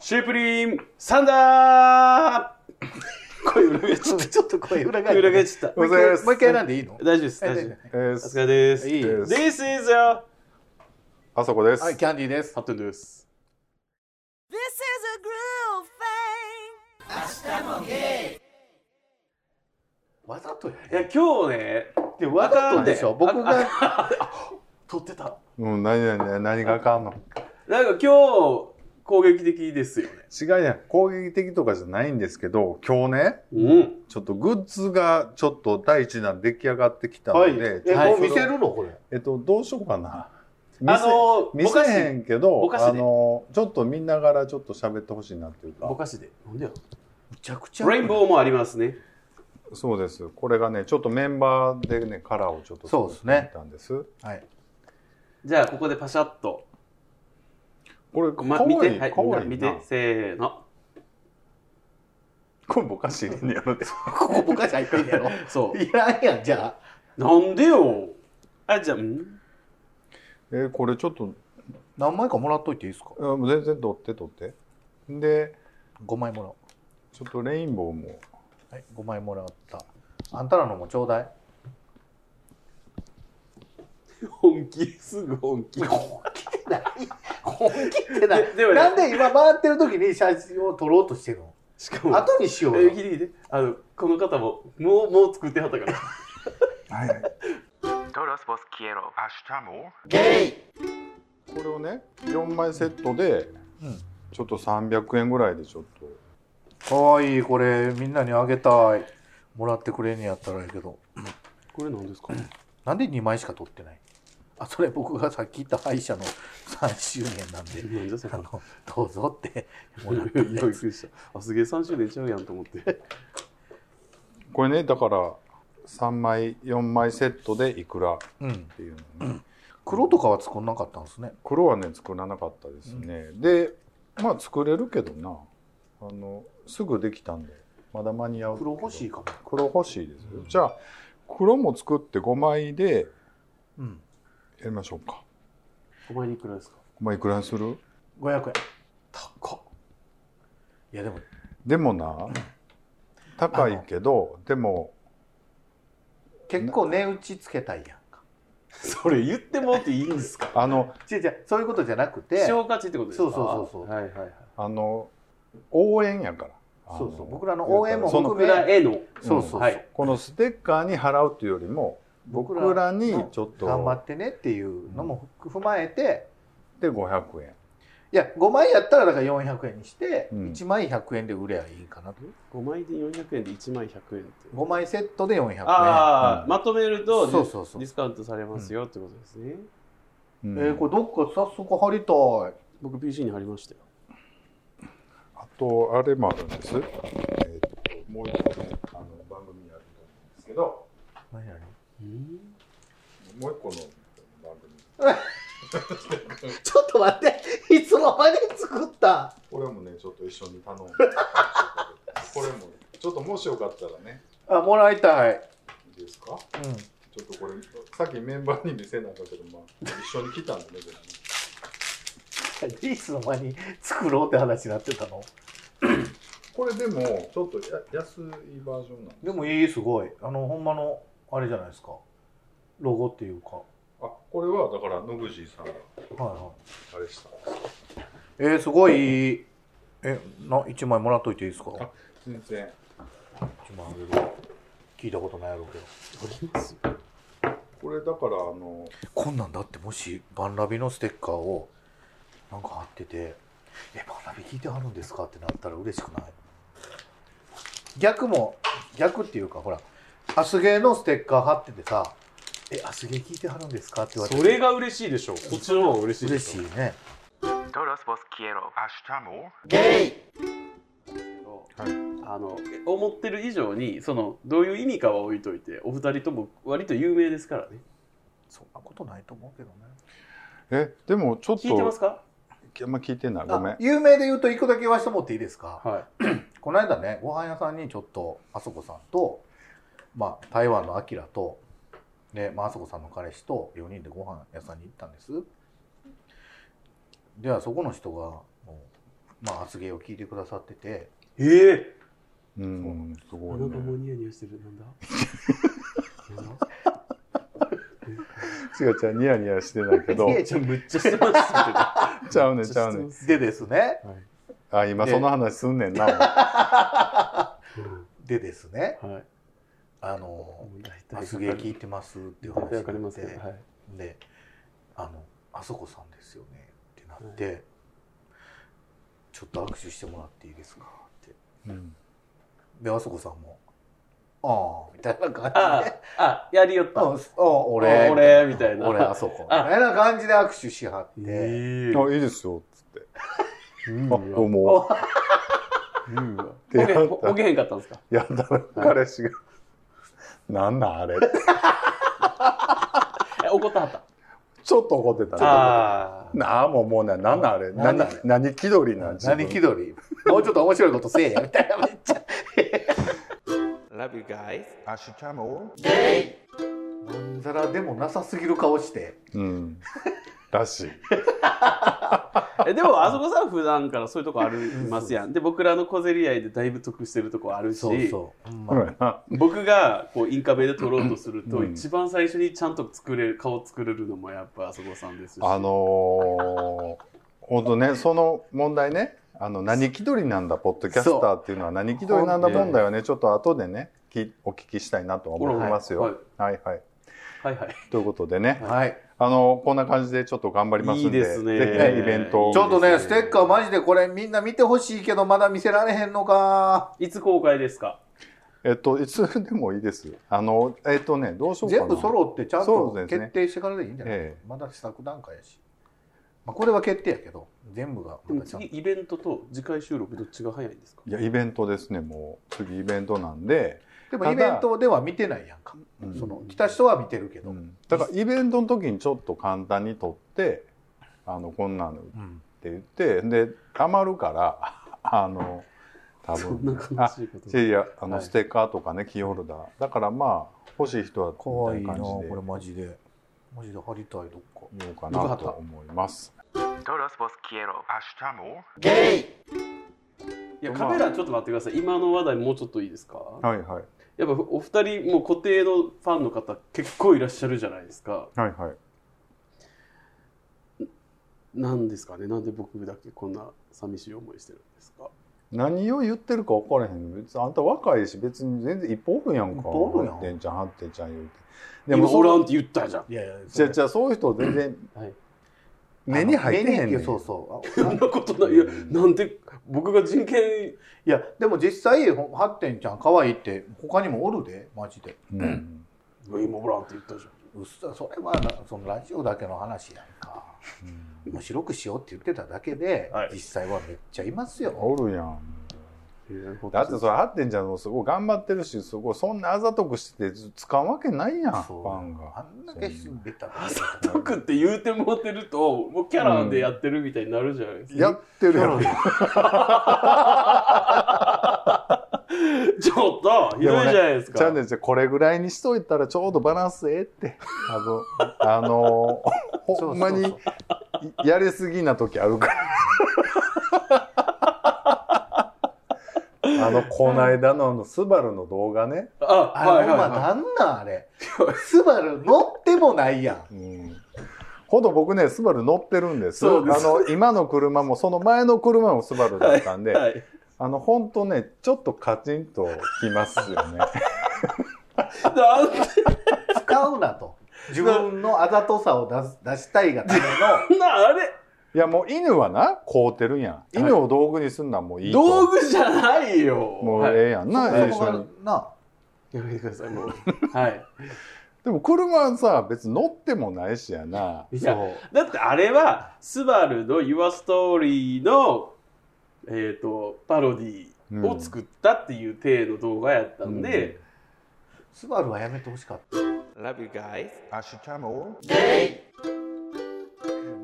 シュープリームサンダ 声裏返っちゃっちょっと声裏ー返裏返っちちゃった。た。もう一おはようござい回ますもう一回選んでいいの大丈夫です。はい大丈夫。えお疲ー、れです。いい This is a あそこです。はい、キャンディーです。ハットゥンです。 This is a groove thing. わざとやね。いや、今日ね、でわざとでしょ。また僕ねが。撮ってた。うん、何何何何があかんのなんか今日、攻撃的ですよね。違いや、攻撃的とかじゃないんですけど、今日ね、うん。ちょっとグッズがちょっと第一弾出来上がってきたのはい。で、え、はいもう見せるのこれ。えっと、どうしようかな。見あせ、の、見せへんけどぼ、かしであの、ちょっと見ながらちょっと喋ってほしいなっていうぼか。かしで。なんでやむちゃくちろレインボーもありますね。そうです。これがね、ちょっとメンバーでね、カラーをちょっとそうですね作ってみたんです。はい。じゃあ、ここでパシャッと。これ、かま、わ見いて、い、はい、かわいい見なて、。せーの。これぼかし入れんねやろって。ここぼかし入ってんやろ。そいらんやん、じゃあ。う。なんでよ。あ、じゃあ、ん えーこれちょっと、何枚かもらっといていいですかあもう全然取って取って。で、 ?5 枚もらおう。ちょっとレインボーも。はい、5枚もらった。あんたらのもちょうだい。本気、すぐ本気。本気ってない。ででもねなんで今回ってる時に写真を撮ろうとしてるの しかも、後にしようえよ聞い。て聞いてあのこの方ももうもう作ってはったからはいはい。 Todos vos quiero. ゲイこれをね4枚セットで、うんちょっと300円ぐらいでちょっとかわいい、これ。みんなにあげたい。もらってくれんねやったらやけど。これなんです かなんで2枚しか取ってないあそれ僕がさっき言った歯医者の3周年なんでなんじゃそあれのどうぞってもらっ たいやびやっくりしたあすげえ3周年ちゃうやんと思ってこれねだから3枚4枚セットでいくらっうん、ていうのね、黒とかは作んなかったんですね黒はね作らなかったですね、でまあ作れるけどなあのすぐできたんでまだ間に合うけど黒欲しいかも、黒欲しいですよじゃあ黒も作って5枚でうん、やりましょうかお前にいくらですか5枚いくらにする500円高っいやでもでもな高いけどでも結構値打ちつけたいやんか それ言ってもらっていいんですかあの 違う違うそういうことじゃなくて希そう少価値ってことですかそうそうそうそうはいはいはいあの応援やからあのそう僕らの応援もその含僕めらへのそうそうそう、はいこのステッカーに払うというよりも僕らにのちょっと頑張ってねっていうのも踏まえてで500円いや5枚やったらだから400円にして、うん1枚100円で売ればいいかなと5枚で400円で1枚100円って5枚セットで400円ああ、うんまとめるとそうそうそうディスカウントされますよってことですね、うんえー、これどっか早速貼りたい。僕 PC に貼りましたよあとあれもあるんです、えーともう一個ねあの番組やると思うんですけど何々もう一個の番組ちょっと待って、いつの間に作ったこれもねちょっと一緒に頼んでこれもちょっともしよかったらねあ、もらいたい。いいですかうん。ちょっとこれさっきメンバーに見せなかったけど、まあ、一緒に来たんでねでもねいつの間に作ろうって話になってたのこれでもちょっとや安いバージョンなんででもいい、すごい。あの、ほんまの、あれじゃないですか。ロゴっていうか。はあこれはだから野口さんがいはい。あれしたえー、すごいいい。え、な、1枚もらっといていいですかあ全然 ?1 枚あげる。聞いたことないやろうけど。これだからあのこんなんだってもしバンラビのステッカーをなんか貼ってて「えバンラビ聞いてはるんですか?」ってなったら嬉しくない逆も逆っていうかほらアスゲーのステッカー貼っててさ「えアスゲー聞いてはるんですか?」って言われそてれが嬉しいでしょこっちの方が嬉しいで嬉しょしいね Todos vos quiero. ゲイはいあの思ってる以上にそのどういう意味かは置いといてお二人とも割と有名ですからねそんなことないと思うけどねえでもちょっと聞いてますかあんま聞いてないごめんあ有名で言うと一個だけ言わしてもらっていいですかはこの間ねご飯屋さんにちょっとあそこさんと、まあ、台湾のアキラと、でまあ、あそこさんの彼氏と4人でご飯屋さんに行ったんですではそこの人がもうまあ、発芸を聞いてくださってて、ええうん、すごいなんかもうね。ニヤニヤしてるなん だなんだすがちゃんニヤニヤしてないけどニ、ヤちゃんむっちゃしてましたちゃけうねどんちゃうねん。でですね、あ、今でその話すんねんな。でですね、はい、はい、あの、もう大体発芸聞いてますっていう大話体わにかりなまっすけてど、、はい、で、あの、あそこさんですよねってなって、ちょっと握手してもらっていいですかって。うんで、あそこさんも、ああ、みたいな感あじで。あやりよ ったあ、すあ俺、あ俺みたいな俺、あそこ。みあたいな感じで握手しはって、ええあ、いいですよ、つって。うんあ、どうも。うんわ出会ったほけほけへんかったんですかやだな、彼氏が。なんなんあれ。え怒ったはったちょっと怒ってたね。あなあ、もう、もうね、なんなんあれ。なん何なんあれ、何気取りなん自分何気取りもうちょっと面白いことせえや、みた いな。めっちゃ。 Love you guys. まんざらでもなさすぎる顔して。うん。らしい。あえでもあそこさん普段からそういうとこありますやんで僕らの小競り合いでだいぶ得してるとこあるしそうそう。ほんほまらな。僕がこうインカメで撮ろうとすると、うん一番最初にちゃんと作れる顔作れるのもやっぱあそこさんですしあのー、ほんとね、その問題ね、あの、何気取りなんだ、ポッドキャスターっていうのは何気取りなんだ問題はね、ちょっと後でね、きお聞きしたいなとは思いますよ。はいはいはい。はいはいということでね、はい。あのーこんな感じでちょっと頑張りますんで、いいですねぜひね、イベントをちょっといいね、ですスねテッカーマジでこれみんな見てほしいけど、まだ見せられへんのか。いつ公開ですかえっと、いつでもいいです。あの、えっとね、どうしようかな。全部揃ってちゃんとそうですね決定してからでいいんじゃないえまだ試作段階やし。まあ、これは決定やけど、全部がでまもだちゃん次と。イベントと次回収録どっちが早いんですかいや、イベントですね、もう。次イベントなんで。でたもだイベントでは見てないやんか。うんその、来た人は見てるけど。うんだから、イベントの時にちょっと簡単に撮って、あの、こんなのってうん言って、で、余るから、 あの、多そん分。な悲しいこといやいや、あの、はいステッカーとかね、キーホルダー。だからまあ、欲しい人は、かわいいみなた感こじでれマジで。マジで貼りたいどっか。言おうかなと思います。 Todos vos quiero. いやカメラちょっと待ってください今の話題もうちょっといいですか、はいはい。やっぱお二人もう固定のファンの方結構いらっしゃるじゃないですかはいはい。なんですかねなんで僕だけこんな寂しい思いしてるんですか何を言ってるか分からへん別にあんた若いし別に全然一歩おるやんか一歩おるやんはってんちゃんはってんちゃん言うて今そおうらんって言ったじゃんいやいや、じゃじゃそういう人全然はい目に入ってへんね目んにそうそう。そんなことないいやなんで僕が人権いや、でも実際、ほハッテンちゃん可愛いって他にもおるで、マジで。うん今おらんって言ったじゃんうっさそれはなそのラジオだけの話やんか面白くしようって言ってただけで、はい実際はめっちゃいますよおるやんだだっっててそれはってんちゃんもすごい頑張ってるしすごいそんなあざとくして使うわけないやんフそうァンがあんだけひべたあざとくって言うてもうてるともうキャラでやってるみたいになるじゃないですか、やってるや んちょっとひどいじゃないですかちゃうねんちゃうこれぐらいにしといたらちょうどバランスええってあのあのほんまにやりすぎな時あ るから。あの、こないだのあの、スバルの動画ね。ああれ、はいはい、ほんはまなんなんあ れスバル乗ってもないやんうん。ほど僕ね、スバル乗ってるんです。そうですあの、今の車も、その前の車もスバルだったんいで、はい、あの、ほんとね、ちょっとカチンときますよね。 なんで使うなと自分のあざとさを出す出したいがためのそんなあれいや、もう犬はな、凍ってるやん。犬を道具にすんのはもういいと。道具じゃないよもうはいええやんな、一そこが緒に。なやめてくださいもうはいでも車はさ、別に乗ってもないしやな。いそやうだってあれはスバルの「YourStory」の、えー、とパロディを作ったっていう体の動画やったんで、スバルはやめてほしかった Love you guys. も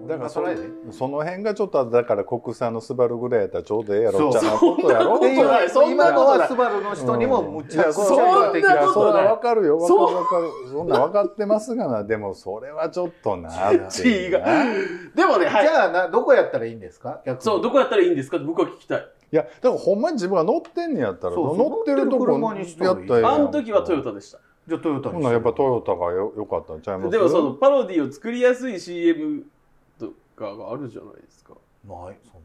だからそまあれそれはその辺がちょっとだから国産のスバルぐらいやったらちょうどええやろそうみたいなことやろっていうないそんな今このとないはスバルの人にもむちゃくちゃうんいやそんなことない言うてきたそれはわかるよわかそるわかるそんな分かってますがなでもそれはちょっとなって違いううないでもね、はいじ。ゃあなどこやったらいいんですか逆にそう、どこやったらいいんですかって僕は聞きたい。やだからほんまに自分が乗ってんねやったらそうそう乗ってるとこ乗ってる車にしたらやいっいたらええやんあの時はトヨタでした。じゃあトヨタにほしよんなうらやっぱトヨタがよよかったんちゃいますでもそのパロディを作りやすい CM とかがあるじゃないですか。ないそん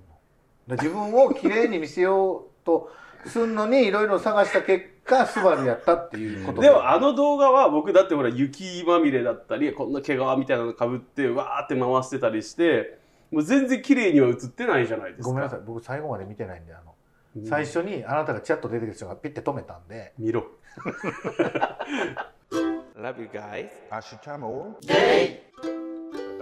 な自分を綺麗に見せようとすんのにいろいろ探した結果スバルやったっていうことでもあの動画は僕だってほら雪まみれだったりこんな毛皮みたいなのかぶってわーって回してたりしてもう全然綺麗には映ってないじゃないですかごめんなさい僕最後まで見てないんであのうん最初にあなたがチャッと出てきた人がピッて止めたんで見ろ Love you guys. 明日も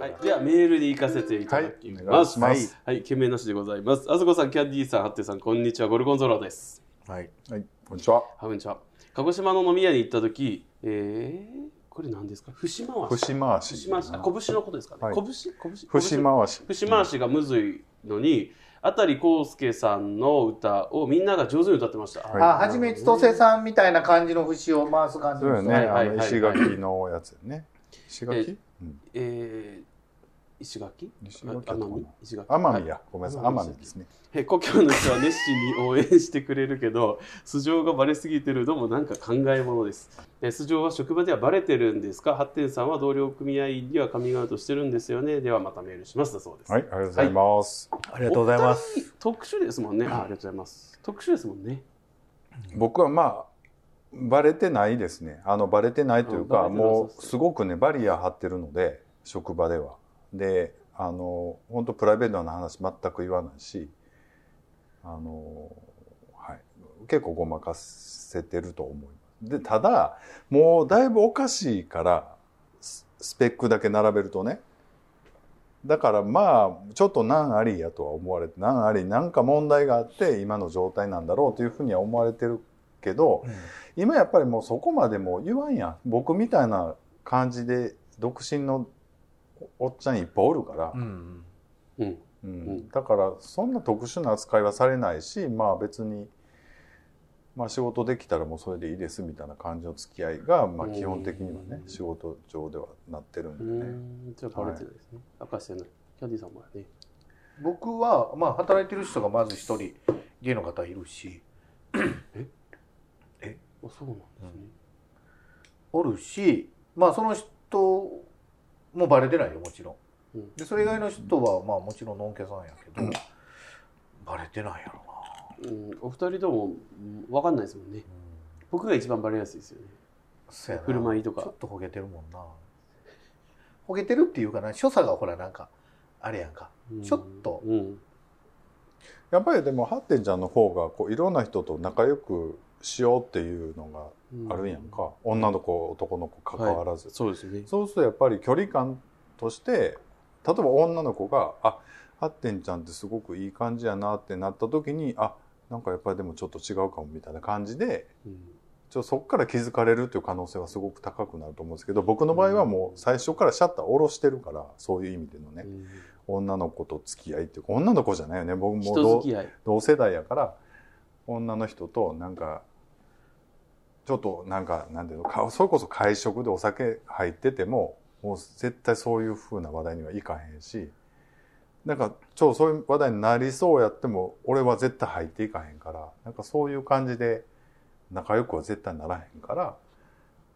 はい、ではメールに行かせていただきはいお願まいす。しはまい、すはい、件名なしでございます。あずこさん、キャンディーさん、ハッテさん、こんにちは。ゴルゴンゾーラです。はいはいこんにちははぶんちは。鹿児島の飲み屋に行った時、えー、これ何ですか節回し。節回し節回し。あ拳のことですかね。はい拳拳拳節回し節回しがむずいのに、あたりこうすけさんの歌をみんなが上手に歌ってました。はいあはじめ千歳さんみたいな感じの節を回す感じそうのよ人ね、はいはいはいあの石垣のやつよね石垣、うん、えー、石垣石垣やったかな奄美石垣奄美や、ごめんなさい奄奄美美ですねえ故郷の人は熱心に応援してくれるけど 素性がバレすぎてるのもなんか考えものですえ素性は職場ではバレてるんですか発展さんは同僚組合員にはカミングアウトしてるんですよねではまたメールしますだそうです、はいありがとうございます、ありがとうございますお二人特殊ですもんねあありがとうございます特殊ですもんね僕はまあバレてないですねあのバレてないというか、うんバレてなさそうもうすごくねバリア張ってるので職場ではであの本当プライベートな話全く言わないしあの、はい、結構ごまかせてると思いますでただもうだいぶおかしいからススペックだけ並べるとねだからまあちょっと難ありやとは思われて難ありなんか問題があって今の状態なんだろうというふうには思われてるけど、今やっぱりもうそこまでもう言わんやん僕みたいな感じで独身のおおっちゃんいっぱいおるからう、んうんうんんだからそんな特殊な扱いはされないしまあ別に、まあ、仕事できたらもうそれでいいですみたいな感じの付き合いが、まあ、基本的にはねうん仕事上ではなってるんうでね。んじゃあバレてないですね、明かしてないキャディさんもやね僕はまあ働いてる人がまず一人芸の方いるしあそうなんですね、おるしまあその人もバレてないよもちろうんんでそれ以外の人はまあもちろんのんけさんやけど、バレてないやろうん、お二人ともうんわかんないですもんねな、僕が一番バレやすいですよねそうやな振る舞いとかちょっとほげてるもんなほげてるっていうかな所作がほらなんかあれやんかうんちょっとうんやっぱりでもハッテンちゃんの方がこういろんな人と仲良くしようっていうのうがあるんやんか、女の子男の子関わらず、そうですねそうするとやっぱり距離感として例えば女の子が「あハッテンちゃんってすごくいい感じやな」ってなった時に「あなんかやっぱりでもちょっと違うかも」みたいな感じでうんちょそこから気づかれるっていう可能性はすごく高くなると思うんですけど僕の場合はもう最初からシャッター下ろしてるからそういう意味でのね、うん女の子と付き合いっていうか女の子じゃないよね僕も人付き合い同世代やから女の人となんかちょっとなんかなんていうのかそれこそ会食でお酒入っててももう絶対そういうふうな話題にはいかへんしなんかちょっとそういう話題になりそうやっても俺は絶対入っていかへんからなんかそういう感じで仲良くは絶対ならへんから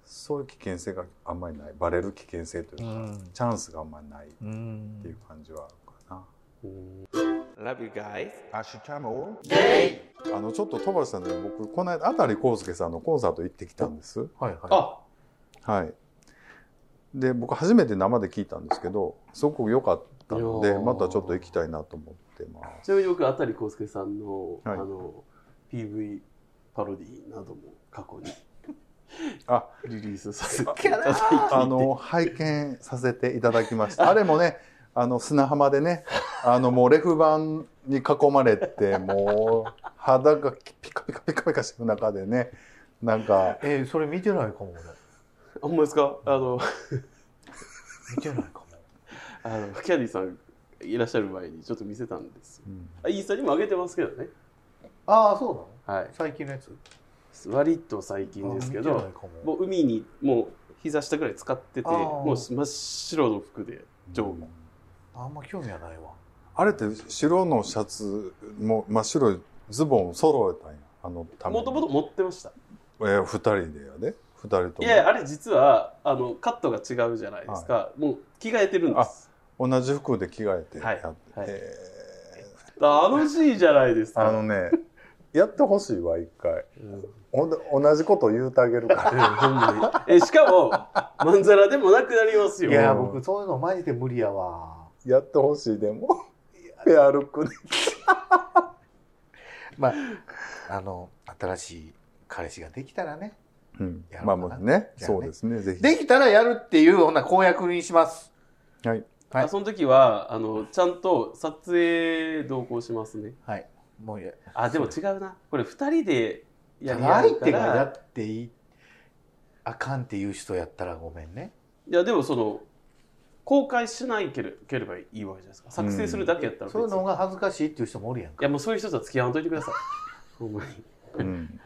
そういう危険性があんまりないバレる危険性というか、んチャンスがあんまりないっうんていう感じはあるかな。 Love you guys. アシュチャムあのちょっと飛ばしたんで僕この間あたりこうすけさんのコンサート行ってきたんですはいはあはいで僕初めて生で聞いたんですけどすごく良かったのいでやーまたちょっと行きたいなと思ってますちなみに僕あたりこうすけさんの,、はいあの PV パロディなども過去にあリリースさせていただいてああの拝見させていただきましたあれもねあの砂浜でねあのもうレフ板に囲まれてもう肌がピカピカピカピカしてる中でねなんかいえーそれ見てないかも俺ほんまですかあの見てないかもあのキャディさんいらっしゃる前にちょっと見せたんですうんあインスタにも上げてますけどね ああそうなのはい最近のやつ割と最近ですけあ見てどないかももう海にもう膝下ぐらい使っててあーもう真っ白の服で上下あんま興味はないわあれって白のシャツも真っ白いズボンを揃えたんやあのためもにともと持ってましたえー、2人でやで2人といもやあれ実はあのカットが違うじゃないですか、もう着替えてるんです同じ服で着替えてやはいって、はいえ楽しいじゃないですーあのかね やってほしいわ一回うんほんで同じこと言うてあげるか うんほんま にえしかもまんざらでもなくなりますよいや僕そういうのマジで無理やわらやってほしいでもペアルックでまああの新しい彼氏ができたらねうんやろうかなまあもうねじゃあねそうですねぜひできたらやるっていうような公約にしますはいはいあその時はあのちゃんと撮影同行しますねはいもうやあでも違うなこれ2人でやり合相うか手がやらっていいあかんっていう人やったらごめんねいやでもその公開しないけれければいいわけじゃないですか作成するだけやったら別そうに、いうのが恥ずかしいっていう人もおるやんいかやもうそういう人とは付き合わんといてくださいほんまにうん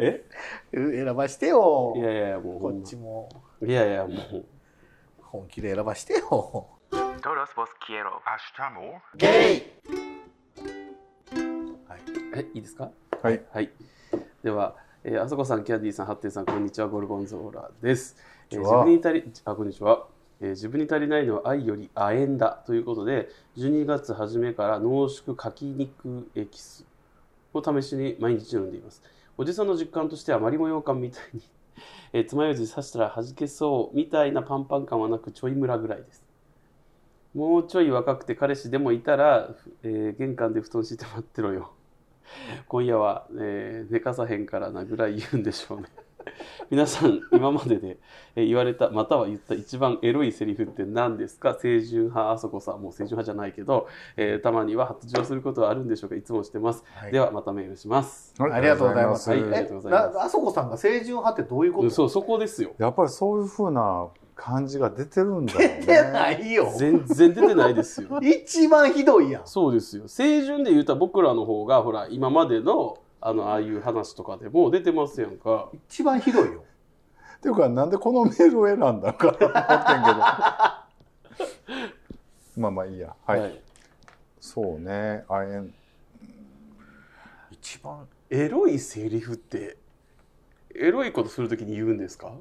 えうん選ばしてよいやいやいやもうほこんっちもまいやいやも本気で選ばしてよ Todos vos quiero. ゲイうえいいですかはいはいでは、えーあそこさんキャンディーさんハッテンさんこんにちはゴルゴンゾーラです、えーこんにち自分はに足りあこんにちは、えー自分に足りないのは愛より亜鉛だということで12月初めから濃縮柿肉エキスを試しに毎日飲んでいますおじさんの実感としてはマリモ羊羹みたいに、 えー、爪楊枝刺したら弾けそうみたいなパンパン感はなくちょいムラぐらいですもうちょい若くて彼氏でもいたら、えー玄関で布団敷いて待ってろよ今夜は、えー寝かさへんからなぐらい言うんでしょうね 皆さん今までで、えー言われたまたは言った一番エロいセリフって何ですか清純派あそこさんもう清純派じゃないけど、えーたまには発情することはあるんでしょうかいつもしてます、はいではまたメールしますありがとうございます。はえいありがとうございますなあそこさんが清純派ってどういうこそとうそこですよやっぱりそういうふうな感じが出てるんだよ出ねてないよ。全然出てないですよ一番ひどいやん。そうですよ清純で言うたら僕らの方がほら今までのあのああいう話とかでも出てますやんか一番ひどいよ。っていうかなんでこのメールを選んだのか なと思ってんけどまあまあいいやはい、そうねあえん一番。エロいセリフってエロいことするときに言うんですか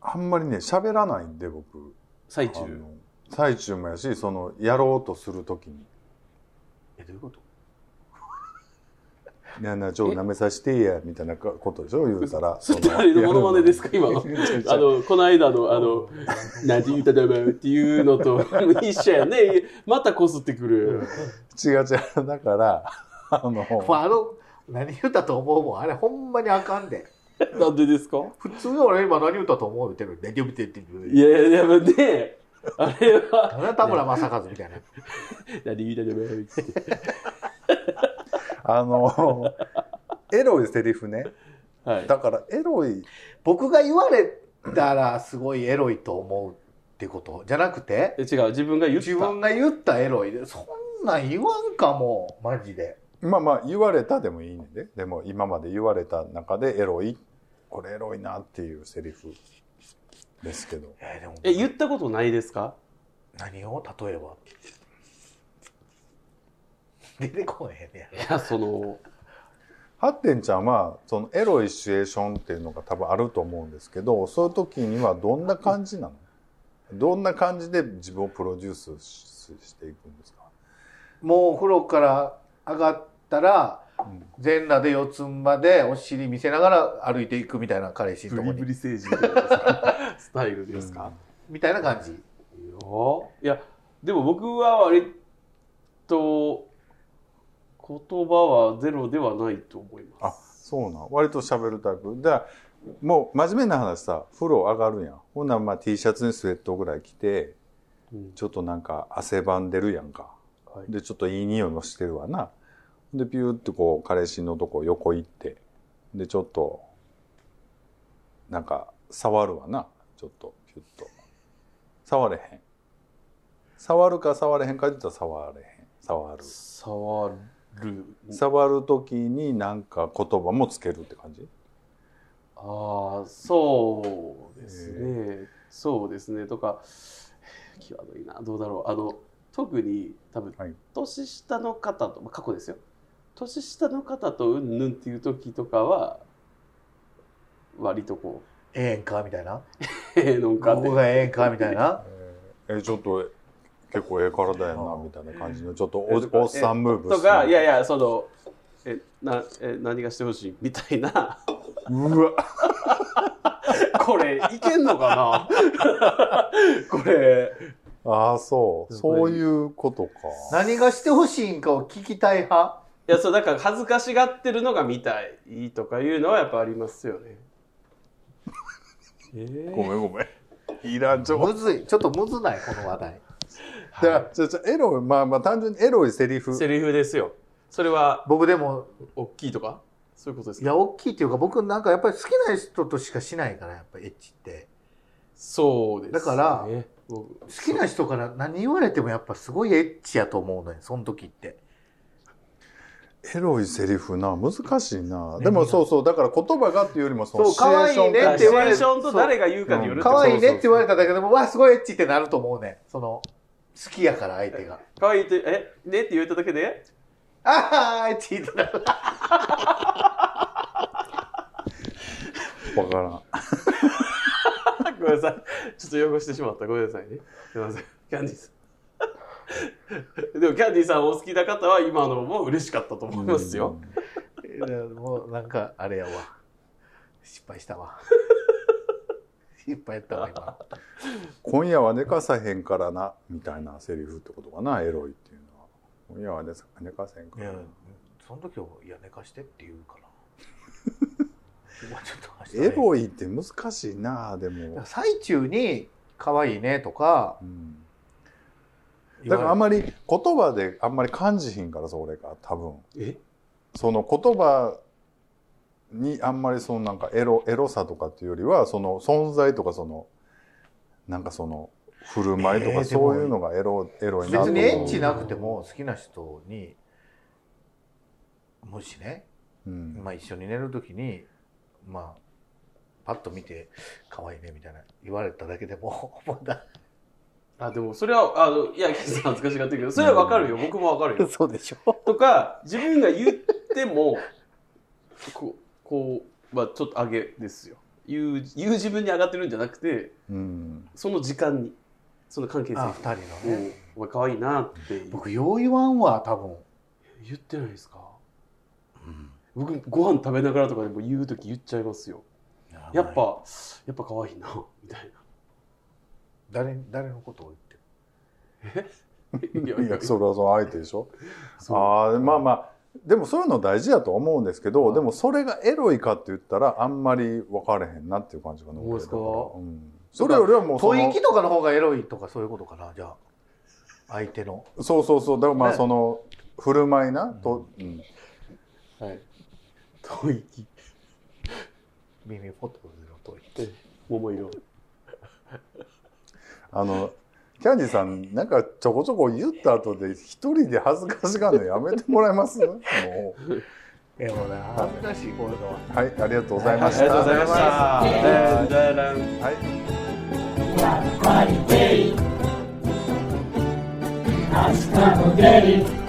あんまりね喋らないんで僕最中あの最中もやしそのやろうとするときにえ、どういうこと「なあなあちょっと舐めさせてや」みたいなことでしょ言うた らそれ誰のモノマネですか今 のああののこの間のあの「なんて言うただばう」っていうの と一緒やねまたこすってくる違う違うだからあのまあ、あの、何言ったと思うもん。あれ、ほんまにあかんで。なんでですか普通の俺今何言ったと思うみたいな。何言ってるいやいやでもねあれは田村正和みたいな。 「何言うただばう」ってあのエロいセリフねはいだからエロい僕が言われたらすごいエロいと思うってことじゃなくて、 え違う自分が言った自分が言ったエロいで、そんなん言わんかも。マジで。まあまあ言われたでもいいねんででも今まで言われた中でエロいこれエロいなっていうセリフですけどえ、でも。え言ったことないですか何を例え ば出てこへんねいやそのハッテンちゃんはそのエロいシチュエーションっていうのが多分あると思うんですけどそういう時にはどんな感じなのどんな感じで自分をプロデュースししていくんですか、やもうお風呂から上がったらうん全裸で四つん這いでお尻見せながら歩いていくみたいな彼氏のとこにリ成人 スタイルですか、みたいな感じいやいやでも僕は割と言葉はゼロではないと思いまあそうなん割と喋るタイプだからもう真面目な話さ風呂上がるやんほんならまあ T シャツにスウェットぐらい着てす、うんちょっとなんか汗ばんでるやんか。はいで、ちょっといい匂いもしてるわな。で、ピューってこう、彼氏のとこ横行って、で、ちょっと、なんか、触るわなちょっとキュッと触れへん触るか触れへんかって言ったら触れへん触る触る触る時になんか言葉もつけるって感じああそうですねそうですねとか際どいなどうだろうあの特に多分はい年下の方と、まあ、過去ですよ年下の方とうんぬんっていう時とかは割とこうええんかみたいな。 「ええのんか」こってこがええんかみたいな。えーちょっと結構ええ体やなみたいな感じのちょっとえおーとかおっさんムーブとかいやいややそのえなえ何がしてほしいみたいなうわこれいけんのかなこれああそうそういうことか何がしてほしいんかを聞きたい派。いやそうだから恥ずかしがってるのが見たいとかいうのはやっぱありますよね。えごめんごめんいらん ちょむずい。ちょっとむずない、この話題。だからちょちょエロいまあまあ単純にエロいセリフセリフですよ。それは僕でも、大きいとかそういうことですいかや、大きいっていうか、僕なんかやっぱり好きな人としかしないから、やっぱエッチって。そうです、ね。だから僕好きな人から何言われてもやっぱすごいエッチやと思うのよ、その時って。エロいセリフな難しいなねでもそうそうだから言葉がっていうよりもそのそうシチュエーシ可愛ョンいねって言われるシチュエーションと誰が言うかによるって可こと愛いねって言われただけでも、わ、すごいエッチってなると思うねん。その、好きやから相手が。可愛いって、え、ねって言われただけでああ、エッチってなる。わからんあごめんなさい。ちょっと汚してしまった。ごめんなさいね。すいません。キャンディーさん。でもキャンディーさんお好きな方は今のも嬉しかったと思いますよ。いやもうなんか、あれやわ。失敗したわ。失敗やったわ、 今。今夜は寝かさへんからなみたいなセリフってことかなエロいっていうのは今夜は寝さ寝かせへんかいらやな、その時は、いや、寝かしてって言うから。 お前ちょっと話したエねロいって難しいなでも、最中に、可愛いねとかう、ん、言だわれからあんまり言葉であんまり感じひんからそれが多分えその言葉にあんまりそのなんかエロエロさとかっていうよりはその存在とかそのなんかその振る舞いとえーかでもそういうのがエロ,、エロいなと別思うにエッチなくても好きな人にもしね、うんまあ、一緒に寝る時にまあパッと見て可愛いねみたいな言われただけでも まだあ、でもそれは、あの、いや、キャンディーさん恥ずかしがってるけど、それはわかるよ。僕もわかるよ。そうでしょとか自分が言っても こうこう、まあ、ちょっと上げですよ言う言う自分に上がってるんじゃなくてうん、その時間にその関係性あ二人のにねおお前可愛いなって言う僕よう言わんわ多分、言ってないですか僕ご飯食べながらとかでも言う時言っちゃいますよやっぱやっぱ可愛いな みたい誰誰のことを言ってなるいやいいややそれはその相手でしょそうあーまあまあでもそういうの大事だと思うんですけど、でもそれがエロいかって言ったらあんまり分かれへんなっていう感じかなそうですか俺だらうん、それよりはもうそ吐の息とかの方がエロいとかそういうことかなじゃあ相手のそうそうそうだからまあねその振る舞いなと、うんはい 吐息耳ポッとの吐息桃色あの、キャンディさん、なんかちょこちょこ言った後で、一人で恥ずかしがるのやめてもらえますもう。えもうね恥ずかしいこういうのは。はい、ありがとうございあまりしがとうた。ございましたはじゃらんいは Hasta い。Bogelli.